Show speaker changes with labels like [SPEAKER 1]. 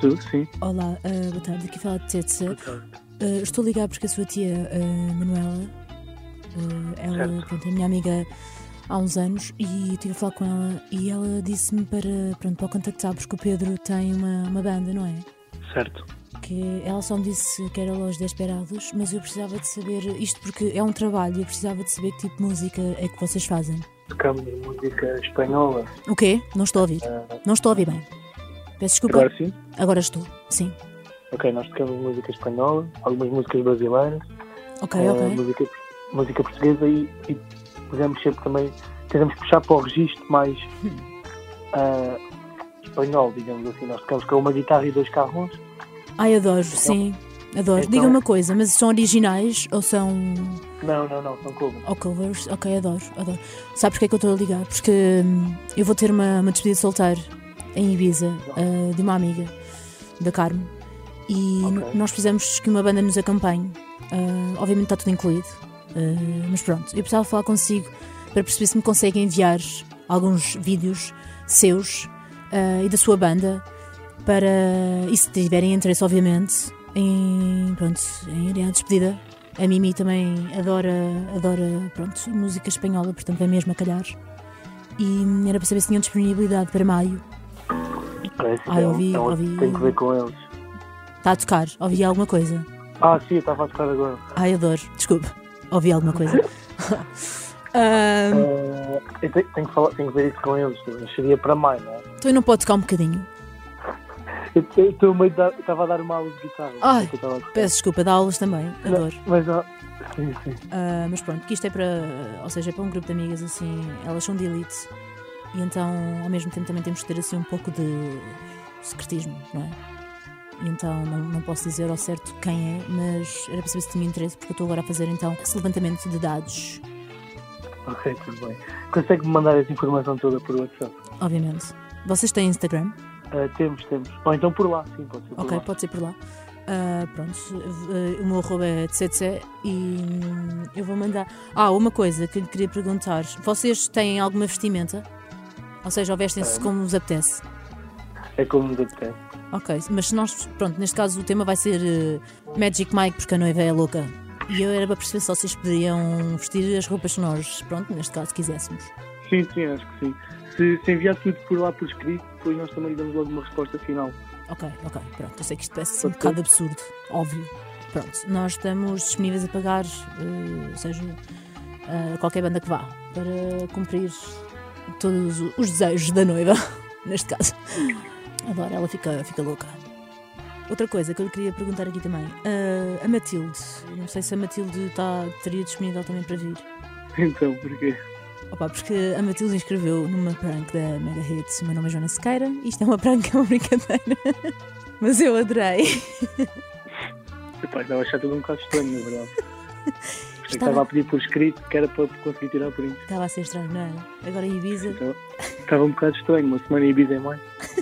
[SPEAKER 1] Tudo, sim.
[SPEAKER 2] Olá, ah, boa tarde. Aqui fala de Tetsa.
[SPEAKER 1] Boa tarde.
[SPEAKER 2] Ah, estou a ligar porque a sua tia ah, Manuela, ah, ela
[SPEAKER 1] Certo.
[SPEAKER 2] pronto, é minha amiga há uns anos e estive a falar com ela e ela disse-me para, pronto, para o contactar porque o Pedro tem uma, uma banda, não é?
[SPEAKER 1] Certo.
[SPEAKER 2] que ela só me disse que era Los Desperados, mas eu precisava de saber isto porque é um trabalho, eu precisava de saber que tipo de música é que vocês fazem.
[SPEAKER 1] Tocamos música espanhola.
[SPEAKER 2] O quê? Não estou a ouvir.
[SPEAKER 1] Ah,
[SPEAKER 2] Não estou a ouvir bem. Peço desculpa.
[SPEAKER 1] agora sim?
[SPEAKER 2] Agora estou. Sim.
[SPEAKER 1] Ok, nós tocamos música espanhola, algumas músicas brasileiras,
[SPEAKER 2] é, Ok,
[SPEAKER 1] ah,
[SPEAKER 2] ok.
[SPEAKER 1] música, música portuguesa e, e pusemos sempre também, tentamos puxar para o registro mais ah, espanhol, digamos assim. Nós tocamos com uma guitarra e dois carros.
[SPEAKER 2] Ai, adoro, sim. Adoro.
[SPEAKER 1] Então-
[SPEAKER 2] Diga uma coisa, mas são originais ou são
[SPEAKER 1] Não, não, não, são covers.
[SPEAKER 2] ou covers? Ok, adoro, adoro. Sabes porque é que eu estou a ligar? Porque hum, eu vou ter uma, uma despedida de solteiro em Ibiza ah, de uma amiga, da Carmo, e
[SPEAKER 1] Ok.
[SPEAKER 2] no- nós precisamos que uma banda nos acompanhe. Ah, obviamente está tudo incluído, ah, mas pronto, eu precisava falar consigo para perceber se me consegue enviar alguns vídeos seus ah, e da sua banda para, e se tiverem interesse, obviamente, em, pronto, em irem à despedida. A Mimi também adora, adora pronto, música espanhola, portanto é mesmo a calhar. E era para saber se tinham disponibilidade para maio.
[SPEAKER 1] Parece
[SPEAKER 2] Ah, eu vi,
[SPEAKER 1] é um-
[SPEAKER 2] eu vi.
[SPEAKER 1] Tem que ver com eles.
[SPEAKER 2] Está Tá a tocar, ouvi alguma coisa.
[SPEAKER 1] Ah, sim, eu estava a tocar agora.
[SPEAKER 2] Ai, adoro, desculpe, ouvi alguma coisa. Ahm,
[SPEAKER 1] Ah, eu te- tenho, que falar, tenho que ver isso com eles, mas seria para mais, não é?
[SPEAKER 2] então eu não posso tocar um bocadinho.
[SPEAKER 1] Eu eu estou meio de dar- eu estava a dar uma aula de guitarra.
[SPEAKER 2] Ai,
[SPEAKER 1] Eu estava a tocar.
[SPEAKER 2] Peço desculpa, dá aulas também, adoro.
[SPEAKER 1] Mas não. Sim, sim.
[SPEAKER 2] Ah, mas pronto, que isto é para, ou seja, é para um grupo de amigas assim, elas são de elite e então ao mesmo tempo também temos que ter assim um pouco de secretismo, não é? E então não, não posso dizer ao certo quem é, mas era para saber se tinha interesse, porque eu estou agora a fazer então esse levantamento de dados,
[SPEAKER 1] Ok, tudo bem. Consegue-me mandar essa informação toda por WhatsApp?
[SPEAKER 2] obviamente. Vocês têm Instagram?
[SPEAKER 1] Ah, temos, temos. Ou então por lá, sim, pode ser por
[SPEAKER 2] Ok,
[SPEAKER 1] lá.
[SPEAKER 2] pode ser por lá. Ah, pronto, eh, o meu arroba é tctc e hum, eu vou mandar. Ah, uma coisa que lhe queria perguntar: vocês têm alguma vestimenta? Ou seja, ou vestem-se como vos apetece?
[SPEAKER 1] É como nos apetece.
[SPEAKER 2] Ok, mas se nós. Pronto, neste caso o tema vai ser eh, Magic Mike, porque a noiva é louca. E eu era para perceber só se vocês poderiam vestir as roupas que nós, pronto, neste caso quiséssemos.
[SPEAKER 1] Sim, sim, acho que sim. Se, se enviar tudo por lá por escrito, depois nós também damos logo uma resposta final.
[SPEAKER 2] Ok, ok, pronto. Eu sei que isto parece assim um
[SPEAKER 1] Ok.
[SPEAKER 2] bocado absurdo, óbvio. Pronto, nós estamos disponíveis a pagar, eh, ou seja, a qualquer banda que vá, para cumprir todos o- os desejos da noiva, neste caso. Agora ela fica, fica louca. Outra coisa que eu lhe queria perguntar aqui também, eh, a Matilde, eu não sei se a Matilde tá, teria disponível também para vir.
[SPEAKER 1] Então, porquê?
[SPEAKER 2] Opa, porque a Matilde inscreveu numa prank da Mega Hits. O meu nome é Joana Sequeira. Isto é uma prank, é uma brincadeira. Mas eu adorei.
[SPEAKER 1] Epá, estava a achar tudo um bocado estranho, na verdade. Porque
[SPEAKER 2] Estava-
[SPEAKER 1] Estava a pedir por escrito, que era para conseguir tirar print.
[SPEAKER 2] Estava a ser estranho, não era? é? Agora em Ibiza.
[SPEAKER 1] Então, estava um bocado estranho, uma semana em Ibiza é mais.